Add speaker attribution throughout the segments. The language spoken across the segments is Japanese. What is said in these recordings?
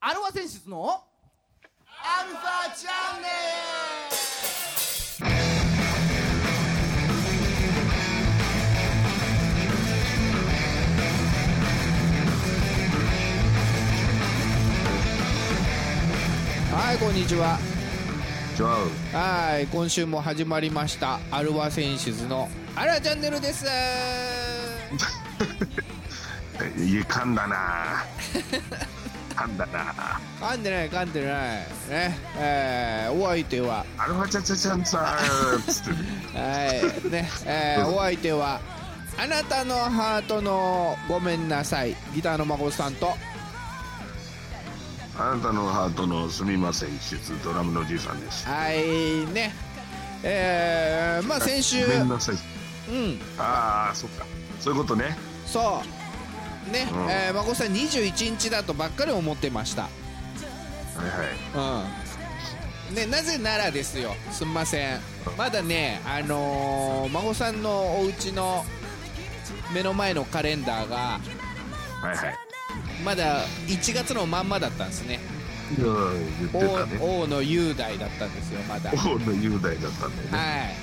Speaker 1: アルファ選出のアルファチャンネルはいこんにちは
Speaker 2: じゃあ
Speaker 1: はい今週も始まりましたアルファ選出のアルファチャンネルです
Speaker 2: いや噛んだな噛んだな
Speaker 1: 噛んでない噛んでないねえー、お相手は
Speaker 2: アルファチャチャチャンさんつって
Speaker 1: はいねえー、お相手はあなたのハートのごめんなさいギターの孫さんと
Speaker 2: あなたのハートのすみません施設ドラムのじいさんです
Speaker 1: はいねえー、まあ先週
Speaker 2: ごめんなさい
Speaker 1: うん
Speaker 2: ああそっかそういうことね
Speaker 1: そうね、
Speaker 2: うん
Speaker 1: えー孫さん21日だとばっかり思ってました
Speaker 2: はいはい
Speaker 1: うんね、なぜならですよすんませんまだねあのー孫さんのお家の目の前のカレンダーが
Speaker 2: はいはい
Speaker 1: まだ1月のまんまだったんですね
Speaker 2: うん言ってたね
Speaker 1: 王王の雄大だったんですよまだ
Speaker 2: 王の雄大だったんだよね
Speaker 1: はい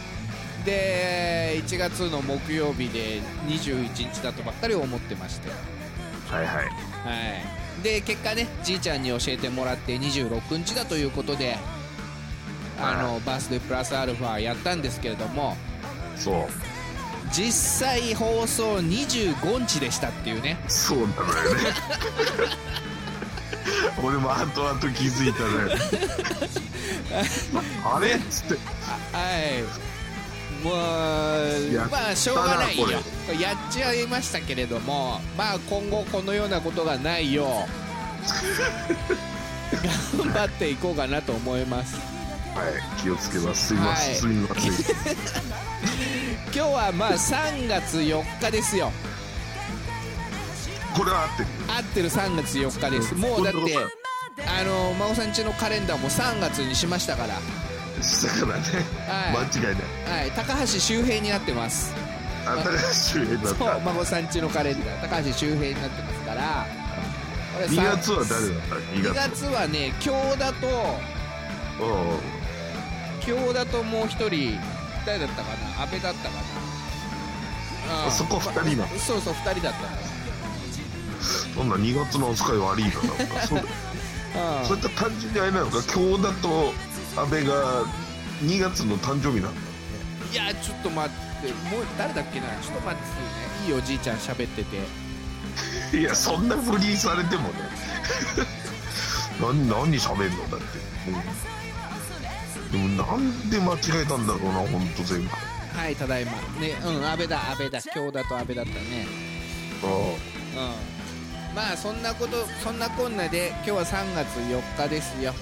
Speaker 1: で1月の木曜日で21日だとばっかり思ってましては
Speaker 2: はいはい
Speaker 1: いで結果ねじいちゃんに教えてもらって26日だということであのバースデープラスアルファやったんですけれども
Speaker 2: そう
Speaker 1: 実際放送25日でしたっていうね
Speaker 2: そうなのよね俺も後々気づいたねあれっつって
Speaker 1: はいも
Speaker 2: や
Speaker 1: う
Speaker 2: ったな
Speaker 1: まあしょうがないよ
Speaker 2: これ
Speaker 1: やっちゃいましたけれどもまあ今後このようなことがないよう 頑張っていこうかなと思います
Speaker 2: はい、気をつけます。すいません、
Speaker 1: はい
Speaker 2: すみません。
Speaker 1: 今日はまあ3月4日ですよ
Speaker 2: これは合ってる。
Speaker 1: 合ってる3月4日ですもうだってあの孫さん家のカレンダーも3月にしましたから
Speaker 2: だからね、
Speaker 1: はい
Speaker 2: 間違いない。
Speaker 1: はい高橋周平になってます
Speaker 2: 新しい絵だっ
Speaker 1: そ
Speaker 2: た。
Speaker 1: う孫さんちのカレンダー高橋周平になってますからこれ
Speaker 2: 2
Speaker 1: さ
Speaker 2: 月は誰だった
Speaker 1: 2
Speaker 2: ?2 月。
Speaker 1: 月はね京田と
Speaker 2: おうおう
Speaker 1: 京田ともう一人誰だったかな阿部だったかなああ
Speaker 2: そこ二人なの
Speaker 1: そうそう2人だったか
Speaker 2: そんな2月の扱い悪いななん か。そう
Speaker 1: らうん
Speaker 2: そういった単純にあれなのか、京田と安倍が2月の誕生日なの。
Speaker 1: いやちょっと待ってもう誰だっけなちょっと待ってねいいおじいちゃん喋ってて
Speaker 2: いや、そんな不倫されてもね。 何、何喋んのだって。うんでもなんで間違えたんだろうな、ほんと全部。
Speaker 1: はいただいまねうん阿部だ阿部だ京田と阿部だったね
Speaker 2: う
Speaker 1: う
Speaker 2: ん
Speaker 1: んまあそんなことそんなこんなで今日は3月4日ですよ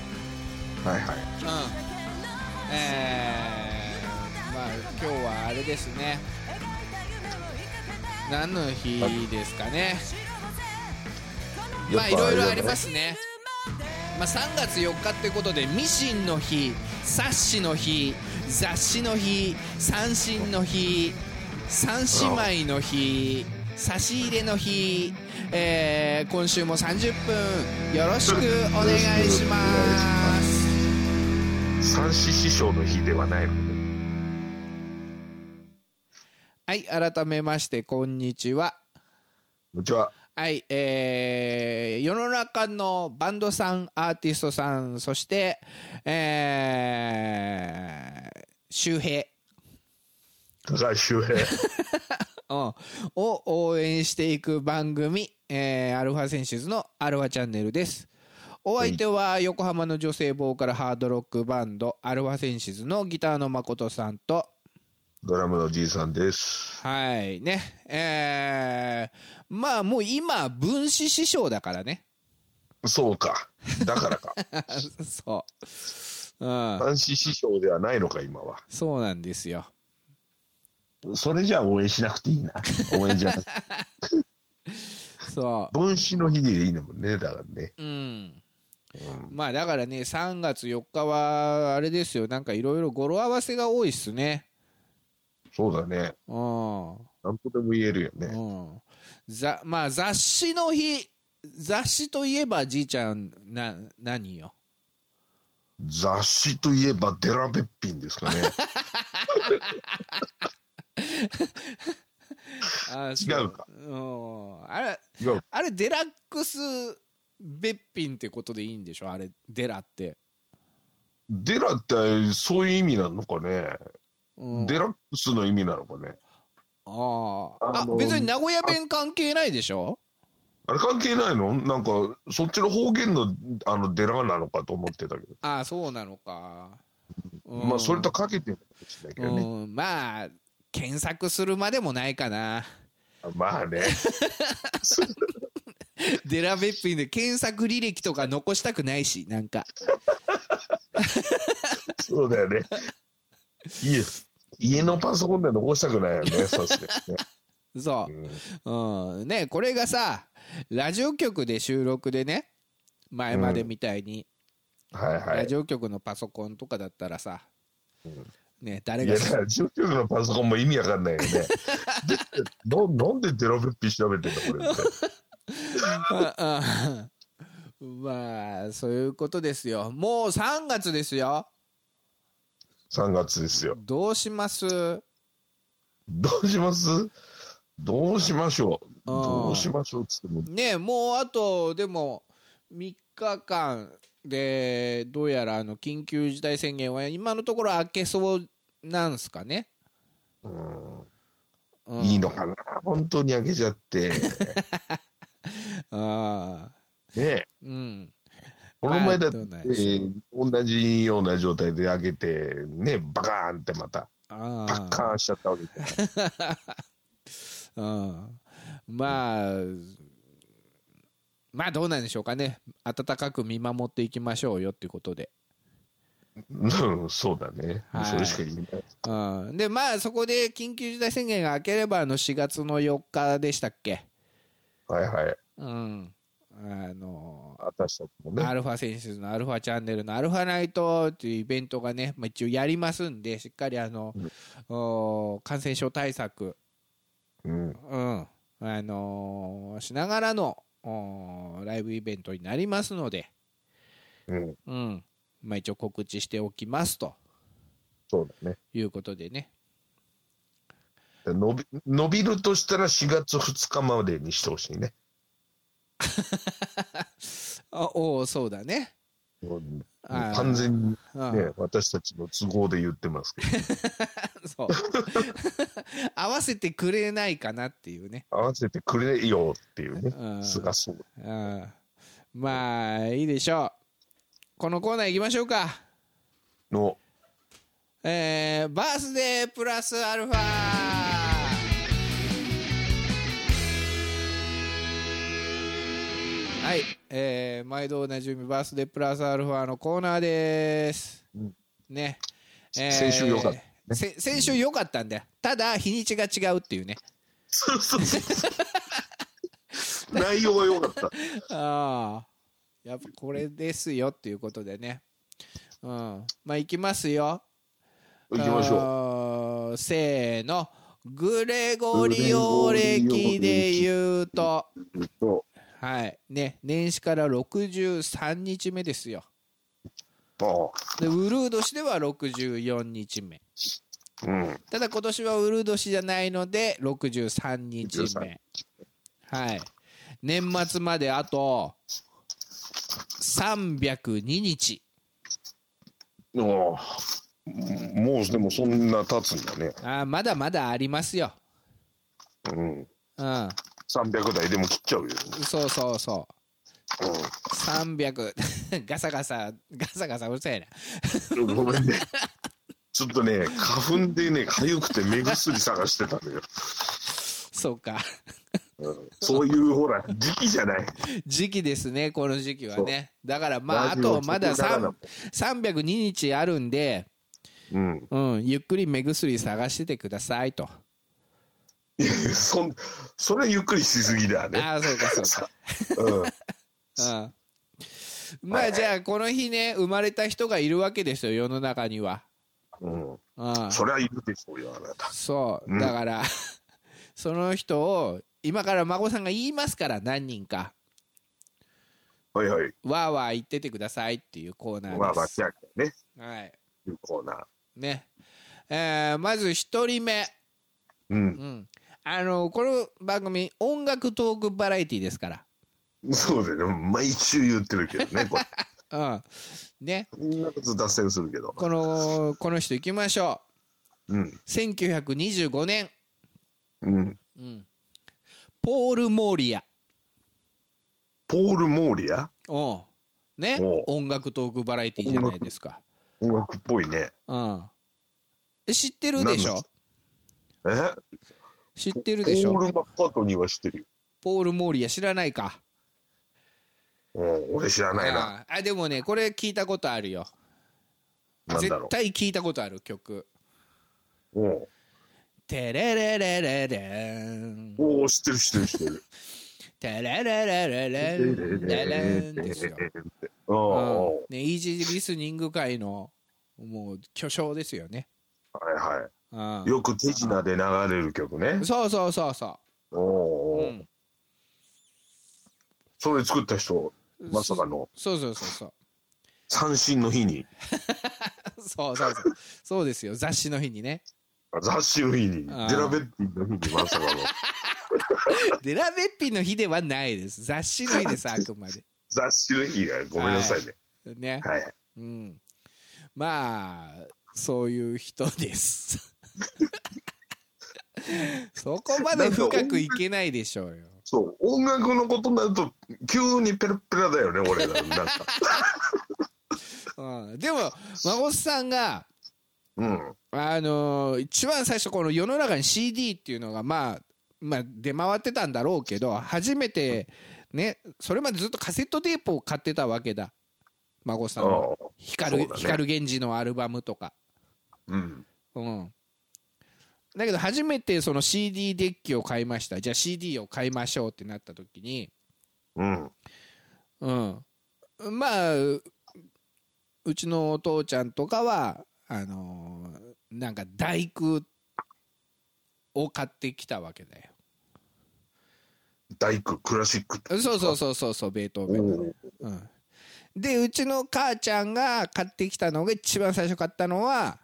Speaker 2: はいはい。
Speaker 1: うんえー、まあ今日はあれですね何の日ですかねまあいろいろありま。すねまあ3月4日ってことでミシンの日冊子の日雑誌の日三振の日三姉妹の日差し入れの日、えー、今週も30分よろしくお願いします
Speaker 2: 三子師匠の日ではないのね。
Speaker 1: はい、改めまして、こんにちは。
Speaker 2: こんにちは。
Speaker 1: はい、えー、世の中のバンドさん、アーティストさん、そして、えー、周平、
Speaker 2: 高橋周平。
Speaker 1: うん、を応援していく番組、えー、アルファセンシズのアルファチャンネルです。お相手は横浜の女性ボーカルハードロックバンド、アルファセンシズのギターの誠さんと、
Speaker 2: ドラムのじいさんです。
Speaker 1: はいね、えー、まあもう今、分子師匠だからね。
Speaker 2: そうか。だか らか。
Speaker 1: そう。うん。
Speaker 2: 三子師匠ではないのか、今は。
Speaker 1: そうなんですよ。
Speaker 2: それじゃあ応援しなくていいな。応援じゃなくて。
Speaker 1: そ
Speaker 2: 分子の日でいいのもんね、だからね。
Speaker 1: う。うん。
Speaker 2: うん
Speaker 1: まあだからね、3月4日は、あれですよ、なんかいろいろ語呂合わせが多いっすね。
Speaker 2: そうだね。
Speaker 1: うん。う
Speaker 2: なんとでも言えるよね。
Speaker 1: ん。ざまあ雑誌の日雑誌といえばじいちゃんな何よ
Speaker 2: 雑誌といえばデラべっぴんですか ね
Speaker 1: あ
Speaker 2: 違うか
Speaker 1: うんあれ
Speaker 2: 違う
Speaker 1: あれデラックスべっぴんってことでいいんでしょあれデラって、
Speaker 2: デラってそういう意味なのかね、
Speaker 1: うん、
Speaker 2: デラックスの意味なのかね
Speaker 1: あああ
Speaker 2: あの
Speaker 1: 別に名古屋弁関係ないでしょ
Speaker 2: あれ関係ないのなんかそっちの方言のあのデラなのかと思ってたけど、
Speaker 1: ああそうなのか、うん
Speaker 2: まあそれとかけてるかもしれないけどね、
Speaker 1: うん、まあ検索するまでもないかな
Speaker 2: まあね
Speaker 1: デラべっぴんで検索履歴とか残したくないしなんか
Speaker 2: そうだよね家家のパソコンでは残した くないよねさすがにね
Speaker 1: そ
Speaker 2: うん
Speaker 1: う、うん、ねこれがさラジオ局で収録でね前までみたいに、
Speaker 2: はいは
Speaker 1: ラ
Speaker 2: い。
Speaker 1: ジオ局のパソコンとかだったらさ、ね誰
Speaker 2: いや、
Speaker 1: が
Speaker 2: だから、中級のパソコンも意味わかん ないよね。でななんでデラフッピー調べてんだ、これって。
Speaker 1: ああまあそういうことですよもう3月ですよ
Speaker 2: 3月ですよ。
Speaker 1: どうします
Speaker 2: どうしますどうしましょう。
Speaker 1: うん
Speaker 2: どうしましょうっつっても、
Speaker 1: ねえもうあとでも3日間でどうやらあの緊急事態宣言は今のところ明けそうなんすかね、うん
Speaker 2: いいのかな本当に開けちゃっ て。ね
Speaker 1: ああ
Speaker 2: え
Speaker 1: うん
Speaker 2: この前だって
Speaker 1: どうなんでし
Speaker 2: 同じような状態で開けて、ね、バカーンってまた、
Speaker 1: あ
Speaker 2: パ
Speaker 1: あ
Speaker 2: ッカーンしちゃったわけじゃない
Speaker 1: うん、まあ、まあどうなんでしょうかね、温かく見守っていきましょうよっていうことで、
Speaker 2: うん、そうだね
Speaker 1: は。い
Speaker 2: それしか言えない。
Speaker 1: うん、で、まあそこで緊急事態宣言が明ければ、あの4月の4日でしたっけ、
Speaker 2: はいはい。
Speaker 1: うん、あの、
Speaker 2: 私たちもね
Speaker 1: ア。ルファ選手のアルファチャンネルのアルファナイトっていうイベントがね、まあ、一応やりますんで、しっかりあの、お感染症対策、
Speaker 2: うん。
Speaker 1: うん、あのしながらの、おライブイベントになりますので、
Speaker 2: うん。
Speaker 1: うん。まあ一応告知しておきますと
Speaker 2: そうだね。
Speaker 1: いうことでね。
Speaker 2: 伸び伸びるとしたら4月2日までにしてほしいね。
Speaker 1: あおお、そうだね。
Speaker 2: もうもう
Speaker 1: あー
Speaker 2: 完全に、ね
Speaker 1: あ、
Speaker 2: 私たちの都合で言ってますけど、
Speaker 1: そう。 合わせてくれないかなっていうね。
Speaker 2: 合わせてくれよっていうね
Speaker 1: う、ん
Speaker 2: 菅総理。
Speaker 1: うん。まあ、いいでしょう。このコーナー行きましょうか。
Speaker 2: の、
Speaker 1: えー、バースデープラスアルファはい、えー、毎度おなじみバースデープラスアルファのコーナーです。ね。えー
Speaker 2: 先週良かったね
Speaker 1: せ先週良かったんだよ。ただ、日にちが違うっていうね。
Speaker 2: そうそう そう。内容が良かった。
Speaker 1: ああ、やっぱこれですよっていうことでね。うん。まあ、行きますよ。
Speaker 2: 行きましょ
Speaker 1: ょう。せーの。グレゴリオ歴で言うと、
Speaker 2: う。そ
Speaker 1: はい。ね、年始から63日目ですよ。
Speaker 2: うあ
Speaker 1: で、ウルー年では64日目。
Speaker 2: あうん。
Speaker 1: ただ今年はウルー年じゃないので、63日目。はい。年末まであと、302日。
Speaker 2: もう、もうでもそんな経つんだね。
Speaker 1: あーまだまだありますよ。
Speaker 2: うん。
Speaker 1: うん。
Speaker 2: 300台でも切っちゃうよ。
Speaker 1: そうそうそう。
Speaker 2: う。
Speaker 1: 300 ガサガサガサガサうるさいなん
Speaker 2: ご めんね。ちょっとね、花粉でね、痒くて目薬探してたのよ。
Speaker 1: そうか
Speaker 2: そういうほら、時期じゃない。
Speaker 1: 時期ですねこの時期はねだからまああ
Speaker 2: ラジ
Speaker 1: と
Speaker 2: オ
Speaker 1: まだ
Speaker 2: ちょっと長
Speaker 1: 3 302日あるんで、
Speaker 2: うん。
Speaker 1: うん、ゆっくり目薬探しててくださいと
Speaker 2: いやそん、それゆっくりしすぎだね。
Speaker 1: ああそうか そう
Speaker 2: うん。
Speaker 1: か、うん、まあじゃあこの日ね生まれた人がいるわけですよ世の中には、
Speaker 2: うん。
Speaker 1: うん、
Speaker 2: そりゃいるでしょうよ、あなた。
Speaker 1: そう
Speaker 2: うん
Speaker 1: だから その人を今から孫さんが言いますから何人か
Speaker 2: はいはい。
Speaker 1: わーわー言っててくださいっていうコーナーです。
Speaker 2: まあ、まあ、キャーキャーね。
Speaker 1: はい。
Speaker 2: いうコーナー。
Speaker 1: ね。えーまず一人目。
Speaker 2: う。
Speaker 1: うんん。あの、この番組、音楽トークバラエティですから。
Speaker 2: そうだよね。毎週言ってるけどね。こ
Speaker 1: うん。ね。
Speaker 2: れみんなと脱線するけど。
Speaker 1: この、この人行きましょ
Speaker 2: うん。
Speaker 1: う。1925年。
Speaker 2: うん。
Speaker 1: うん。ポール・モーリア。
Speaker 2: ポール・モーリア
Speaker 1: おうね
Speaker 2: おう。
Speaker 1: 音楽トークバラエティじゃないですか。
Speaker 2: 音楽っぽいね。
Speaker 1: うん。え知ってるでし
Speaker 2: 何
Speaker 1: ょ
Speaker 2: のえ
Speaker 1: 知っ
Speaker 2: ポ
Speaker 1: てるでし
Speaker 2: ー
Speaker 1: ょ
Speaker 2: ル・マッカートニーは知ってるよ。
Speaker 1: ポール・モーリア知らないか。
Speaker 2: うん、俺知らない
Speaker 1: あ
Speaker 2: な。
Speaker 1: ーあでもねこれ聞いたことあるよ
Speaker 2: なんだろ
Speaker 1: 絶対聞いたことある曲
Speaker 2: う。うん
Speaker 1: 「テレレレレレン」
Speaker 2: おお、知ってる知ってる知ってる。
Speaker 1: 「テレレレレレン」レレンですよ、
Speaker 2: うん
Speaker 1: うん
Speaker 2: は
Speaker 1: ね、イージーリスニング界のもう巨匠ですよね、
Speaker 2: いは
Speaker 1: うん
Speaker 2: い。、よく手品で流れる曲ね。
Speaker 1: そうそうそうそ
Speaker 2: おお
Speaker 1: う、う
Speaker 2: ー、
Speaker 1: ん、
Speaker 2: それ作った人、まさかの
Speaker 1: そうそうそうそう
Speaker 2: 三振の日に、
Speaker 1: そうそうそうそうですよ雑誌の日にね
Speaker 2: 雑誌の日に、デ
Speaker 1: あー
Speaker 2: ラベッティの日にまさかの、
Speaker 1: デラベッピの日ではないです雑誌の日ですあくまで
Speaker 2: 雑誌の日がごめんなさいね。
Speaker 1: ね、
Speaker 2: はい。
Speaker 1: うん、まあそういう人ですそこまで深くいけないでしょうよ
Speaker 2: そう、音楽のことになると、急にペラペラだよね、俺ら。なんか。
Speaker 1: うん、でも孫さんが、
Speaker 2: うん。
Speaker 1: あのー一番最初この世の中に CD っていうのが、まあ、まあ出回ってたんだろうけど初めてねそれまでずっとカセットテープを買ってたわけだ孫さんは
Speaker 2: ああ
Speaker 1: 光,、
Speaker 2: そうだね
Speaker 1: 光源氏のアルバムとか
Speaker 2: うん。
Speaker 1: うん。だけど初めてその CD デッキを買いました。じゃあ CD を買いましょうってなった時に、
Speaker 2: うん。
Speaker 1: うん。まあ、ううちのお父ちゃんとかは、あのーなんか大工を買ってきたわけだよ。
Speaker 2: 大工、クラシックと。
Speaker 1: そうそうそうそうそう、ベートーベンのね。うん。で、うちの母ちゃんが買ってきたのが一番最初買ったのは、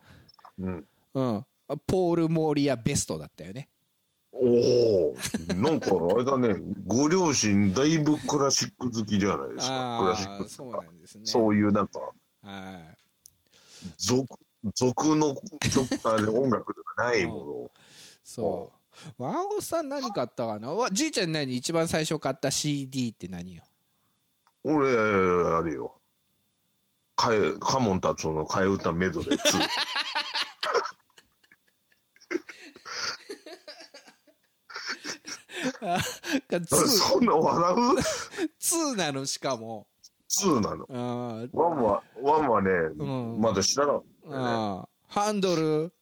Speaker 2: うん。
Speaker 1: うん、ポール・モーリア・ベストだったよね。
Speaker 2: おお、なんかあれだね、ご両親だいぶクラシック好きじゃないですか。クラシッ
Speaker 1: ああ、
Speaker 2: クと
Speaker 1: そう
Speaker 2: か、
Speaker 1: なんですね。
Speaker 2: そういうなんか
Speaker 1: はい。
Speaker 2: 俗俗の俗あれ音楽ではないも
Speaker 1: そう。ワンゴさん何買ったかなわじいちゃん何一番最初買った CD って何よ
Speaker 2: の。俺あれよ。かえカモン達夫の替え歌メドレー2。
Speaker 1: 2,
Speaker 2: そんな笑う
Speaker 1: 2なのしかも。
Speaker 2: ?2 なの。
Speaker 1: うん。
Speaker 2: ワンはワンはね、
Speaker 1: ん
Speaker 2: まだ知らなかったよね。
Speaker 1: うんハンドル、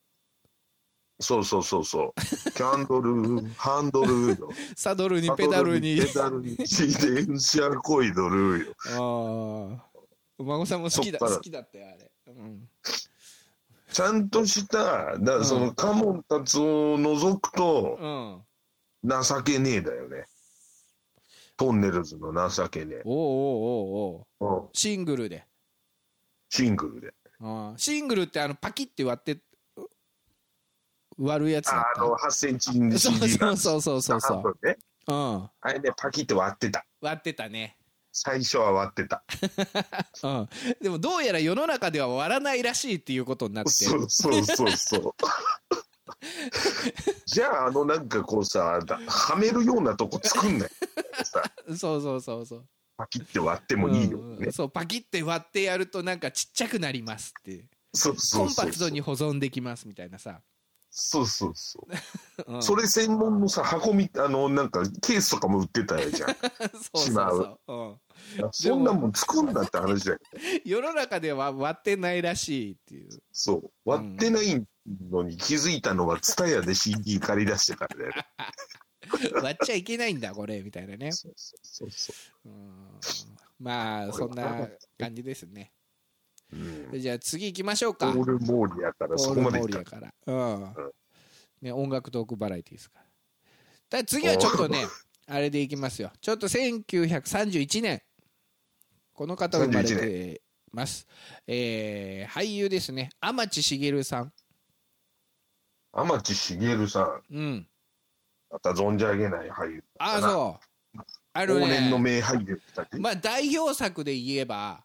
Speaker 2: そうそうそうそう。キャンドル、 ハンドルよ。
Speaker 1: サドルにペダルに。
Speaker 2: ペダルに。自転車こいどるよ。
Speaker 1: ああ。孫さんも好きだ、
Speaker 2: そっから
Speaker 1: 好きだったよ、あれ。うん。
Speaker 2: ちゃんとした、だからその、カモン達夫を除くと、
Speaker 1: うん。
Speaker 2: 情けねえだよね。トンネルズの情けねえ。
Speaker 1: おうおうおうおう
Speaker 2: うん
Speaker 1: シングルで。
Speaker 2: シングルで。
Speaker 1: うんシングルってあの、パキって割って、割るやつだっ
Speaker 2: あ
Speaker 1: た。
Speaker 2: の、8センチに
Speaker 1: そう
Speaker 2: CD
Speaker 1: そ
Speaker 2: が
Speaker 1: う。そうそうそうそ
Speaker 2: あと
Speaker 1: う。
Speaker 2: ね
Speaker 1: うん。
Speaker 2: あれね、パキって割ってた。
Speaker 1: 割ってたね。
Speaker 2: 最初は割ってた。
Speaker 1: うん、でもどうやら世の中では割らないらしいっていうことになって
Speaker 2: そうそうそうそう。 じゃあ、あの、なんかこうさ、だはめるようなとこ作んない。さ
Speaker 1: そうそうそうそう
Speaker 2: パキって割ってもいいよ
Speaker 1: うんう
Speaker 2: ね
Speaker 1: ん。そうパキって割ってやるとなんかちっちゃくなりますって
Speaker 2: そう
Speaker 1: コ
Speaker 2: そう
Speaker 1: ンパ
Speaker 2: そう
Speaker 1: クト
Speaker 2: そう。
Speaker 1: に保存できますみたいなさ、
Speaker 2: そうそうそう。
Speaker 1: うん、
Speaker 2: そ
Speaker 1: れ
Speaker 2: れ専門のさ、箱み、あの、なんか、ケースとかも売ってた じゃ
Speaker 1: そ
Speaker 2: ん。
Speaker 1: うそう
Speaker 2: しま
Speaker 1: そうう、うん、
Speaker 2: そんなもん作んだって話だよ。
Speaker 1: 世の中では割ってないらしいっていう
Speaker 2: そう。割ってないのに気づいたのは、ツタヤで CD 借り出してからだよね。
Speaker 1: 割っちゃいけないんだこれみたいなね、
Speaker 2: そうそうそ
Speaker 1: うん、まあそんな感じですね
Speaker 2: う。うん。
Speaker 1: じゃあ次行きましょう
Speaker 2: ポ
Speaker 1: か
Speaker 2: ール・モーリアからそこまで
Speaker 1: オー
Speaker 2: 来
Speaker 1: ルモーリ
Speaker 2: た
Speaker 1: ア。から、うん
Speaker 2: うん
Speaker 1: ね、音楽トークバラエティですからだから次はちょっとねあれでいきますよちょっと1931年この方が生まれ
Speaker 2: 31
Speaker 1: てます、えー俳優ですね天地茂さん
Speaker 2: 天地茂さん、
Speaker 1: うん
Speaker 2: また存じ上げない俳優。
Speaker 1: ああ
Speaker 2: う。
Speaker 1: そうあの
Speaker 2: 往年の
Speaker 1: ね
Speaker 2: 名俳優たち。
Speaker 1: まあ代表作で言えば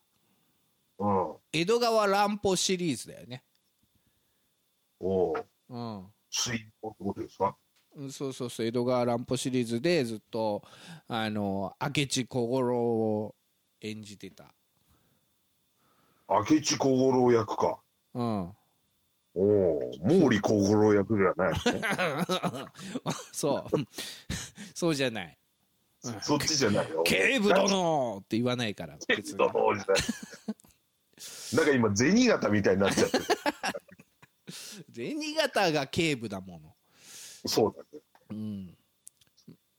Speaker 2: うん。お
Speaker 1: 江戸川乱歩シリーズだよね
Speaker 2: おう。
Speaker 1: うん
Speaker 2: 水泡ってことですか
Speaker 1: うんそうそうそう江戸川乱歩シリーズでずっとあの明智小五郎を演じてた、
Speaker 2: 明智小五郎役か。
Speaker 1: うん、
Speaker 2: おお。毛利小五郎役ではないで すね。
Speaker 1: そう うんそうじゃない
Speaker 2: そっちじゃないよ。
Speaker 1: 警部殿って言わないから
Speaker 2: 警部殿じゃない。なんか今、銭形みたいになっちゃってる。
Speaker 1: 銭形が警部だもの、
Speaker 2: そうだね。
Speaker 1: うん、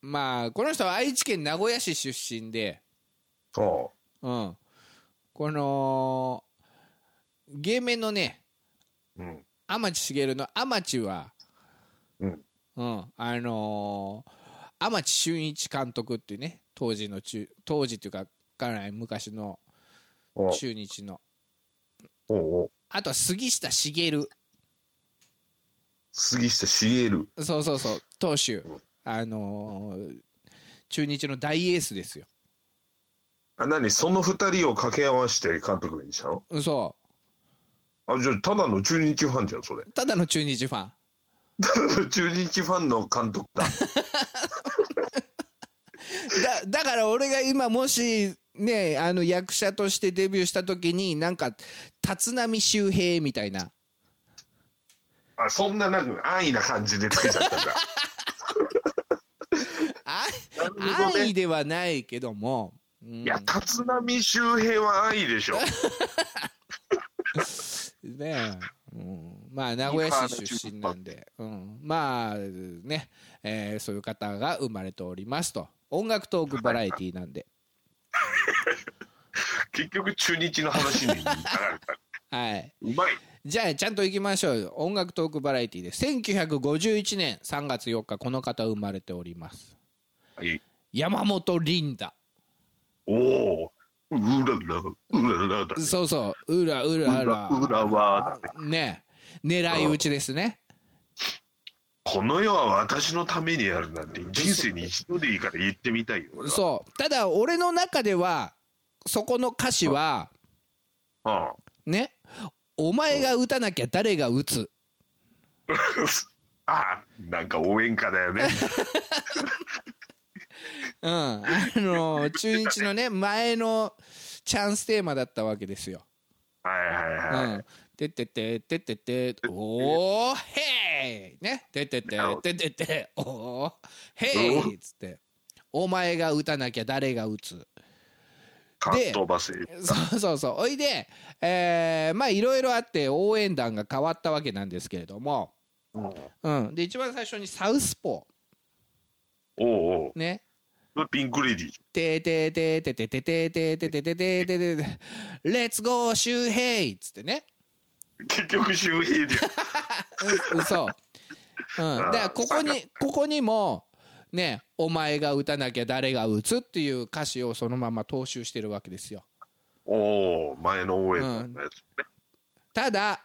Speaker 1: まあこの人は愛知県名古屋市出身で、
Speaker 2: そ
Speaker 1: うん、この芸名のね
Speaker 2: う。うん。
Speaker 1: 天地茂の天地は、
Speaker 2: うん
Speaker 1: うんあのー天地俊一監督っていうね当時の中当時っていうかかなり昔の
Speaker 2: おう
Speaker 1: 中日の
Speaker 2: おうおう
Speaker 1: あとは杉下茂
Speaker 2: 杉下茂。
Speaker 1: そうそうそう投手
Speaker 2: ん
Speaker 1: あのー中日の大エースですよ
Speaker 2: あ、何その二人を掛け合わせて監督にしたの
Speaker 1: うんそ
Speaker 2: あ、じゃあ、ただの中日ファンじゃん、それ。
Speaker 1: うただの中日ファン
Speaker 2: 中日ファンの監督だ。
Speaker 1: だだから俺が今もしねあの役者としてデビューした時になんか立浪周平みたいな
Speaker 2: あ、そんななんか安易な感じでつけちゃったんだ。
Speaker 1: あ
Speaker 2: なるほど
Speaker 1: 安易
Speaker 2: ね。
Speaker 1: ではないけども、うん
Speaker 2: いや、立浪周平は安易 でしょ。
Speaker 1: ねえうん、まあ名古屋市出身なんで、うん、まあね、えーそういう方が生まれておりますと音楽トークバラエティなんで、
Speaker 2: 結局、中日の話に流れた。
Speaker 1: はい、
Speaker 2: うまい。
Speaker 1: じゃあちゃんといきましょうよ音楽トークバラエティで1951年3月4日この方生まれております
Speaker 2: はい。
Speaker 1: 山本リンダ
Speaker 2: おお。うらら、うららだ。
Speaker 1: そうそううらうら
Speaker 2: う
Speaker 1: うら
Speaker 2: ら、うらはだね、
Speaker 1: ねえ狙い撃ちですね
Speaker 2: この世は私のためにあるなんて、人生に一度でいいから言ってみたいよ。俺は
Speaker 1: そうただ俺の中ではそこの歌詞は
Speaker 2: あ
Speaker 1: ねお前が打たなきゃ誰が打つ
Speaker 2: あ。ああ、なんか応援歌 だよね。
Speaker 1: うん、あのー中日のね前のチャンステーマだったわけですよ。
Speaker 2: はい
Speaker 1: う
Speaker 2: はいはい。
Speaker 1: ん、てってててってておーへいねてってててってておーへいっつってお前が打たなきゃ誰が打つ
Speaker 2: カットバス。
Speaker 1: そうそうそうおいで、えーまあいろいろあって応援団が変わったわけなんですけれども、
Speaker 2: お
Speaker 1: うん、で一番最初にサウスポ
Speaker 2: おおう
Speaker 1: ーね
Speaker 2: ピンクレディー。
Speaker 1: ててててててててててててててレッツゴー周平っつってね
Speaker 2: 結局周平で。
Speaker 1: う嘘うんだからここにここにもねお前が打たなきゃ誰が打つっていう歌詞をそのまま踏襲してるわけですよ
Speaker 2: おお、前の応援団のやつね。
Speaker 1: ただ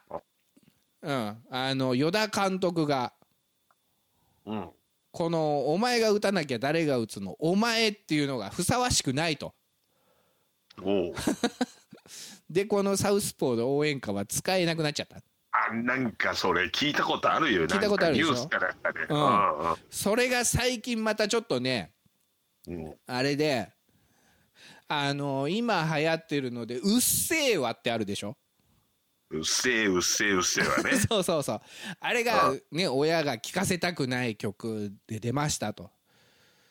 Speaker 1: うんあの与田監督が
Speaker 2: うん。
Speaker 1: この「お前が打たなきゃ誰が打つ」の「お前」っていうのがふさわしくないと
Speaker 2: おお。
Speaker 1: でこのサウスポーの応援歌は使えなくなっちゃった
Speaker 2: あ、なんかそれ聞いたことあるよ。
Speaker 1: 聞いたことあるでしょ
Speaker 2: なんかニュースからね。
Speaker 1: それが最近またちょっとね
Speaker 2: うんうん。うん
Speaker 1: あれで、あの今流行ってるので、うっせえわってあるでしょ
Speaker 2: うっせえうっせえうっせえはね。
Speaker 1: そうそうそう。あれが
Speaker 2: う、
Speaker 1: ね、親が聴かせたくない曲で出ましたと。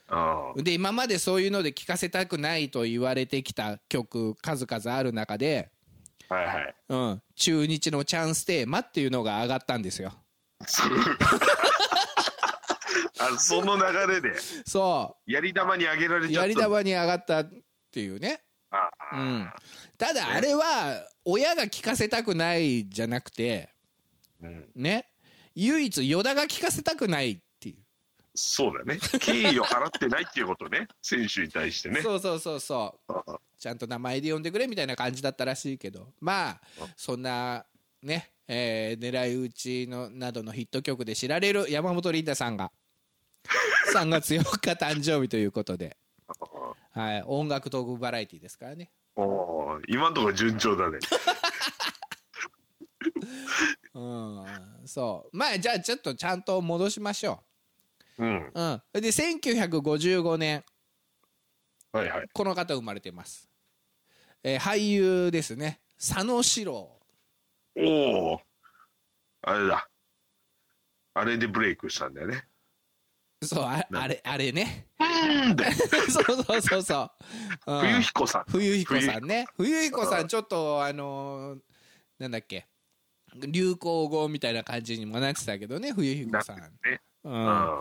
Speaker 2: あ
Speaker 1: で、今までそういうので聴かせたくないと言われてきた曲、数々ある中で、
Speaker 2: あ。はいはい。
Speaker 1: うん、中日のチャンステーマっていうのが上がったんですよ。
Speaker 2: あ、その流れで、
Speaker 1: そ
Speaker 2: やり玉にあげられ
Speaker 1: う。
Speaker 2: ち
Speaker 1: や
Speaker 2: ゃった。
Speaker 1: り玉に上がったっていうね。
Speaker 2: あ
Speaker 1: う
Speaker 2: あ。
Speaker 1: ん。ただ、あれは、親が聴かせたくないじゃなくて、
Speaker 2: うん。
Speaker 1: ね唯一依田が聞かせたくないっていう
Speaker 2: そうだね。敬意を払ってないっていうことね。選手に対してね。
Speaker 1: そうそうそうそう
Speaker 2: ああ
Speaker 1: ちゃんと名前で呼んでくれみたいな感じだったらしいけどまあそんなね、えー狙い撃ちのなどのヒット曲で知られる山本リンダさんが 3月4日誕生日ということで、はい、音楽トークバラエティですからね
Speaker 2: おー今のところ順調だね。
Speaker 1: うんそうまあじゃあちょっとちゃんと戻しましょ
Speaker 2: うん。
Speaker 1: ううんで1955年
Speaker 2: はいはい。
Speaker 1: この方生まれてます、えー俳優ですね佐野史郎
Speaker 2: おお。あれだ。あれでブレイクしたんだよね。
Speaker 1: そうああれあれね
Speaker 2: うんだよ
Speaker 1: そうそうそうそう、うん
Speaker 2: 冬彦さん。
Speaker 1: 冬彦さんね冬彦さんちょっとあのーなんだっけ流行語みたいな感じにもなってたけどね冬彦さん、
Speaker 2: ね。
Speaker 1: うん
Speaker 2: うん。
Speaker 1: あ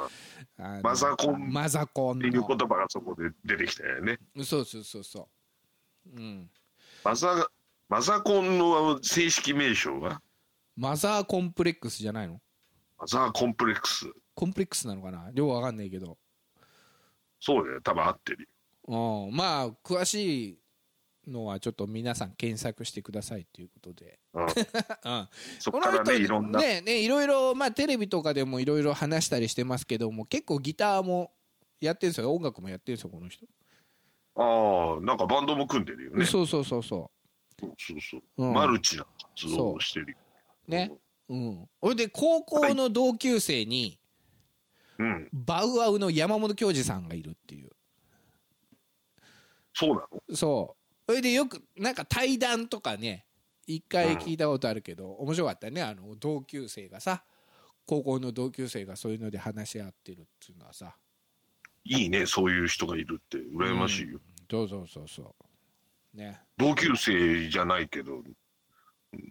Speaker 1: の
Speaker 2: マザコン
Speaker 1: マザコン
Speaker 2: っていう言
Speaker 1: の
Speaker 2: 葉がそこで出てきたよね。
Speaker 1: そうそうそうそう、うん、
Speaker 2: マザ、マザコンの正式名称は
Speaker 1: マザーコンプレックスじゃないの
Speaker 2: マザーコンプレックス。
Speaker 1: コンプレックスなのかなよくわかんないけど、
Speaker 2: そうだよ。多分合ってるよ。
Speaker 1: うん、まあ詳しいのはちょっと皆さん検索してくださいということで、
Speaker 2: うん、
Speaker 1: うん、
Speaker 2: そ
Speaker 1: こ
Speaker 2: こ
Speaker 1: の
Speaker 2: から
Speaker 1: 人
Speaker 2: ね、いろんな、
Speaker 1: ねねいろいろ、まあ、テレビとかでもいろいろ話したりしてますけども結構ギターもやってるんですよ音楽もやってるんですよこの人、
Speaker 2: ああ、なんかバンドも組んでるよね。
Speaker 1: そうそうそうそ
Speaker 2: そうそうそう。
Speaker 1: うん
Speaker 2: マルチな活動をしてるよ。
Speaker 1: うねうんほいで高校の同級生に
Speaker 2: うん。
Speaker 1: バウアウの山本教授さんがいるっていう
Speaker 2: そうなの
Speaker 1: そうそれでよくなんか対談とかね一回聞いたことあるけど、面白かったねあの同級生がさ高校の同級生がそういうので話し合ってるっていうのはさ
Speaker 2: いいね、そういう人がいるって、羨ましいよ。
Speaker 1: そうそうそうそうね
Speaker 2: 同級生じゃないけど、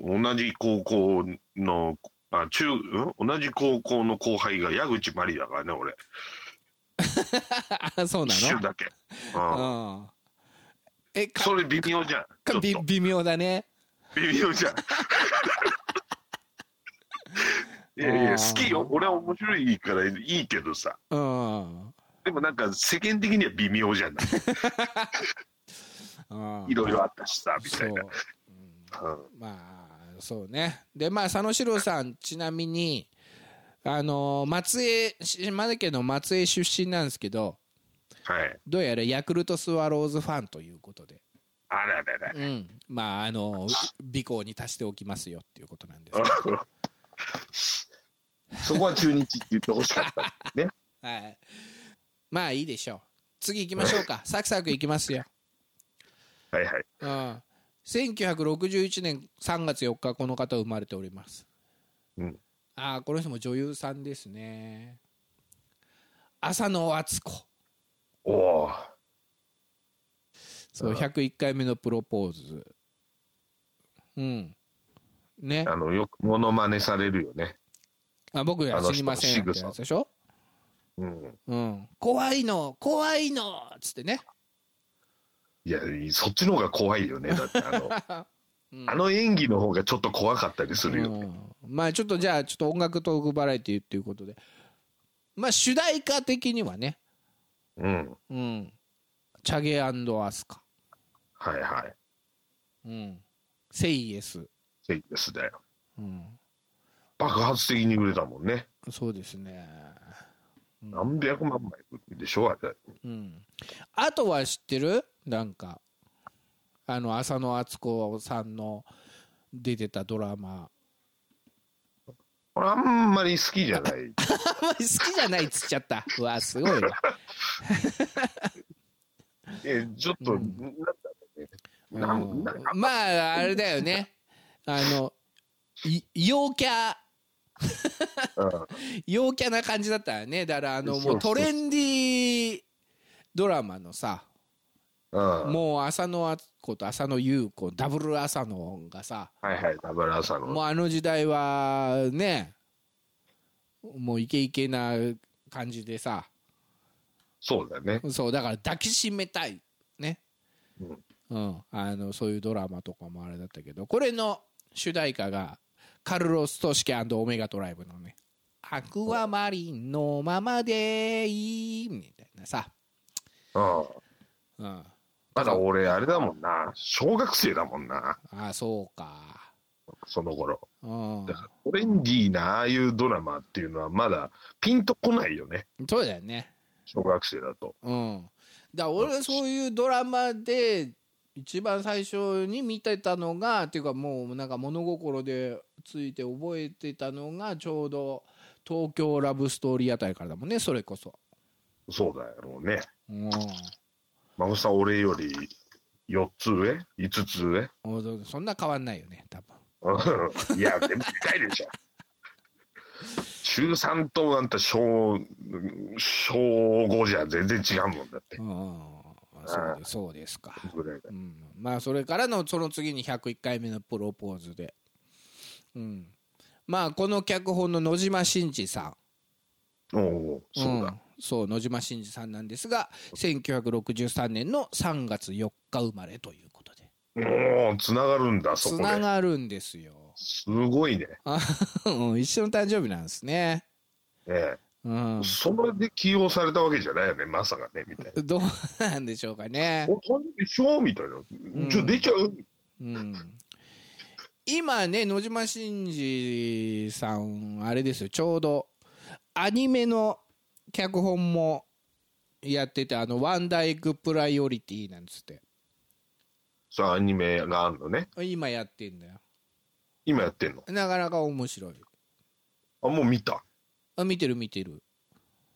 Speaker 2: 同じ高校の、あ、中、うん、同じ高校の後輩が矢口真理だからね、俺。
Speaker 1: あそうな
Speaker 2: 一
Speaker 1: の
Speaker 2: 瞬だけ。うん。
Speaker 1: うんえか
Speaker 2: それ微妙じゃん。ちょ
Speaker 1: か
Speaker 2: っと
Speaker 1: び微妙だね
Speaker 2: 微妙 じゃん。いやいや、
Speaker 1: あー
Speaker 2: 好きよ。俺は面白いからいいけどさ。
Speaker 1: うん
Speaker 2: でもなんか世間的には微妙じゃない。
Speaker 1: うん
Speaker 2: いろいろあったしさ、み
Speaker 1: そ
Speaker 2: た
Speaker 1: う
Speaker 2: いな。うん
Speaker 1: まあそうねでまあ佐野史郎さんちなみにあの松江島根県の松江出身なんですけど
Speaker 2: はい。
Speaker 1: どうやらヤクルトスワローズファンということで、
Speaker 2: あらら ら。
Speaker 1: うん、まああの尾行に足しておきますよっていうことなんですけど
Speaker 2: そこは中日って言ってほしかった。ね。
Speaker 1: はい、まあいいでしょう次行きましょうかサクサク行きますよ
Speaker 2: はいはい。
Speaker 1: うん、1961年3月4日この方生まれております、
Speaker 2: うん
Speaker 1: ああこの人も女優さんですね浅野温子
Speaker 2: おお。
Speaker 1: そう
Speaker 2: うん
Speaker 1: 101回目のプロポーズうんね
Speaker 2: あの、よくモノマネされるよね。
Speaker 1: あ僕は知りません
Speaker 2: あ
Speaker 1: っ
Speaker 2: の人の
Speaker 1: てやつでしょ、
Speaker 2: うん。
Speaker 1: うん、怖いの怖いのっつってね、
Speaker 2: いや、そっちの方が怖いよね。だってあの、
Speaker 1: うん
Speaker 2: あの演技の方がちょっと怖かったりするよね。
Speaker 1: うん、まあちょっとじゃあちょっと音楽トークバラエティということでまあ主題歌的にはね
Speaker 2: うん。
Speaker 1: うん。チャゲアスカ。
Speaker 2: はいはい。
Speaker 1: うん。セイエス。
Speaker 2: セイですだよ。
Speaker 1: うん。
Speaker 2: 爆発的に売れたもんね。
Speaker 1: そうですね。
Speaker 2: 何百万枚売るでしょ、あれ。
Speaker 1: うん。あとは知ってるなんか、あの、浅野敦子さんの出てたドラマ。
Speaker 2: 俺あんまり好きじゃ ない。
Speaker 1: あんまり好きじゃないっつっちゃった。うわ、すごいわ。
Speaker 2: え、ちょっと、
Speaker 1: う
Speaker 2: なんだろうね。なん、なんか、
Speaker 1: うんまあ、あれだよね。あの、い陽キャ、
Speaker 2: うん
Speaker 1: 陽キャな感じだったよね。だから、あの、
Speaker 2: そ
Speaker 1: もう
Speaker 2: うそ
Speaker 1: ト
Speaker 2: う
Speaker 1: レンディードラマのさ、
Speaker 2: うん。
Speaker 1: もう浅野敦子と浅野優子ダブル浅野がさ
Speaker 2: はいはい、ダブル朝
Speaker 1: もう
Speaker 2: の。
Speaker 1: あの時代はねもうイケイケな感じでさ
Speaker 2: そうだね。
Speaker 1: そうだから抱きしめたいね
Speaker 2: うん
Speaker 1: うんあのそういうドラマとかもあれだったけどこれの主題歌がカルロス・トシケオメガトライブのね「アクアマリンのままでいい」みたいなさ、
Speaker 2: うん。
Speaker 1: うん、あ
Speaker 2: まだ俺、あれだもんな。小学生だもんな。
Speaker 1: あそうか、
Speaker 2: その頃。
Speaker 1: うん
Speaker 2: だ、からオレンジーなああいうドラマっていうのはまだピンとこないよね。
Speaker 1: そうだよね
Speaker 2: 小学生だと。
Speaker 1: うん、だから俺はそういうドラマで一番最初に見てたのがっていうかもうなんか物心でついて覚えてたのがちょうど「東京ラブストーリー」あたりからだもんねそれこそ。
Speaker 2: そうだよね。
Speaker 1: うん
Speaker 2: 孫さん、俺より4つ上 ?5 つ上
Speaker 1: おそんな変わんないよね多分
Speaker 2: うんいや、でもでかいでしょ。 中3とあんた小、小5じゃ全然違うもんだって。
Speaker 1: うんそうでそうですか、
Speaker 2: ぐらいだ
Speaker 1: うん、まあそれからのその次に101回目のプロポーズで、うん、まあこの脚本の野島伸二さん
Speaker 2: おおう、そうだ。
Speaker 1: んそう野島伸二さんなんですが1963年の3月4日生まれということで
Speaker 2: おお、つながるんだ、そ
Speaker 1: つ
Speaker 2: こ
Speaker 1: な
Speaker 2: で。
Speaker 1: がるんですよ
Speaker 2: すごいね。
Speaker 1: あうん一緒の誕生日なんですね
Speaker 2: え
Speaker 1: うん
Speaker 2: え。それで起用されたわけじゃないよね、まさかね、みたいな。
Speaker 1: どうなんでしょうかね、
Speaker 2: お誕生日しようみたい
Speaker 1: ん
Speaker 2: な。ちょ、出ちゃう
Speaker 1: うん、今ね野島伸二さんあれですよちょうどアニメの脚本もやっててあの「ワンダイクプライオリティ」なんつって
Speaker 2: さあ、アニメがあるのね。
Speaker 1: 今やってんだよ
Speaker 2: 今やってんの。
Speaker 1: なかなか面白い
Speaker 2: あ、もう見た。
Speaker 1: あ見てる見てる。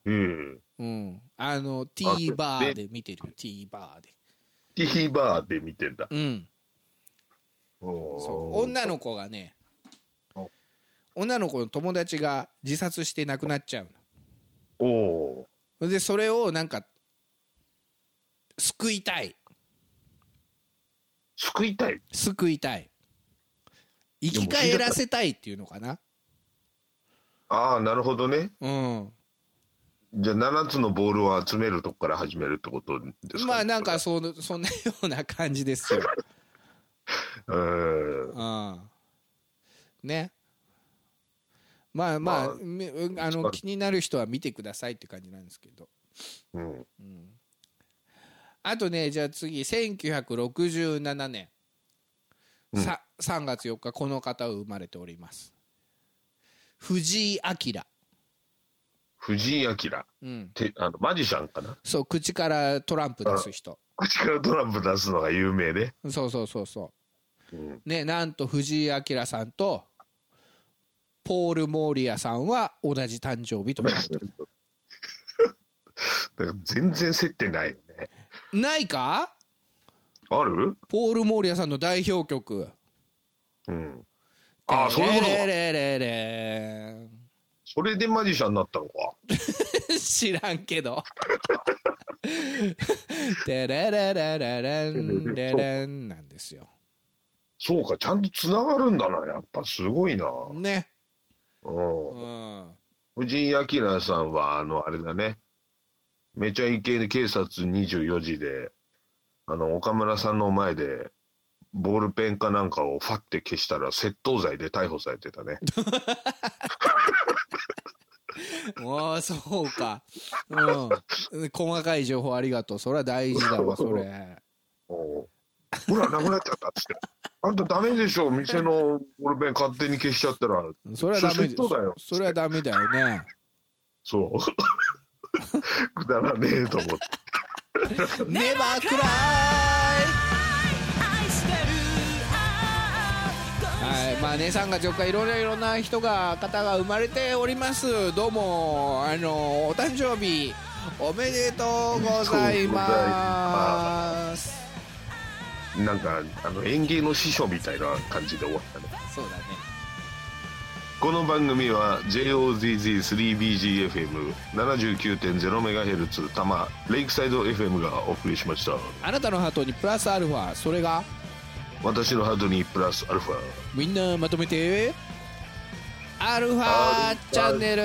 Speaker 2: うん。
Speaker 1: うん。あの、
Speaker 2: あ
Speaker 1: T バー
Speaker 2: で
Speaker 1: で見てる。T バーで。
Speaker 2: ティーバーで見てんだ。
Speaker 1: うん。そう
Speaker 2: おー
Speaker 1: 女の子がね
Speaker 2: お、
Speaker 1: 女の子の友達が自殺して亡くなっちゃう
Speaker 2: おお
Speaker 1: の。で、それをなんか、救いたい。
Speaker 2: ー。救いたい。
Speaker 1: 救いたい。生き返らせたいっていうのかな。
Speaker 2: ああ、なるほどね。
Speaker 1: うん。
Speaker 2: じゃあ、7つのボールを集めるとこから始めるってことですか、
Speaker 1: まあなんか、その、そんなような感じですよ。
Speaker 2: うーん。
Speaker 1: うんねまあまあ、
Speaker 2: まあ
Speaker 1: みあの気になる人は見てくださいって感じなんですけど、
Speaker 2: うん。
Speaker 1: うん、あとねじゃあ次1967年、
Speaker 2: うん
Speaker 1: さ3月4日この方は生まれております藤井明、
Speaker 2: 藤井明。
Speaker 1: うん、
Speaker 2: てあのマジシャンかな
Speaker 1: そう口からトランプ出す人
Speaker 2: 口からトランプ出すのが有名で、
Speaker 1: そうそうそうそ
Speaker 2: うん、
Speaker 1: うねなんと藤井明さんとポール・モーリアさんは同じ誕生日となってる
Speaker 2: だから全然接点ないよね
Speaker 1: ないか
Speaker 2: ある
Speaker 1: ポール・モーリアさんの代表曲。
Speaker 2: うんああそういうこと
Speaker 1: レ
Speaker 2: か
Speaker 1: レレレ
Speaker 2: それでマジシャンになったのか
Speaker 1: ン知らんけ ど。テレレレレレンレレンなんですよ。
Speaker 2: そうかちゃんとつながるんだなやっぱすごいな、
Speaker 1: ね。
Speaker 2: うん
Speaker 1: うん。
Speaker 2: 藤井明さんはあのあれだねめちゃイケで警察24時であの岡村さんの前でボールペンかなんかをファって消したら窃盗罪で逮捕されてた ね
Speaker 1: ああ、そうか。うん。細かい情報ありがとう。それは大事だわ、それ。
Speaker 2: おうほらなくなっちゃったっつってあんたダメでしょ店のボールペン勝手に消しちゃったら
Speaker 1: それはダメ
Speaker 2: そうだよ
Speaker 1: それはダメだよね。
Speaker 2: そう くだらねえと思って
Speaker 1: ネバークライはい、まあね、3月4日、いろいろいろな人が、方が生まれております。どうも、あの、お誕生日、おめでとうございます。
Speaker 2: なんかあの園芸の師匠みたいな感じで終わったね
Speaker 1: そうだね。
Speaker 2: この番組は JOZZ3BGFM79.0MHz 多摩レイクサイド FM がお送りしました
Speaker 1: あなたのハートにプラスアルファ、それが、
Speaker 2: 私のハートにプラスアルファ
Speaker 1: みんなまとめて、アルファチャンネル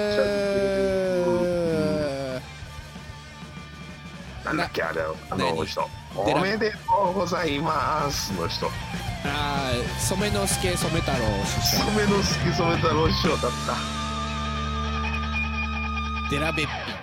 Speaker 2: なんだっけあれあの
Speaker 1: 何
Speaker 2: 人
Speaker 1: デラ
Speaker 2: おめでとうございますの人
Speaker 1: はい、染之助染太郎。
Speaker 2: 染之助染太郎師匠だった
Speaker 1: デラべっぴん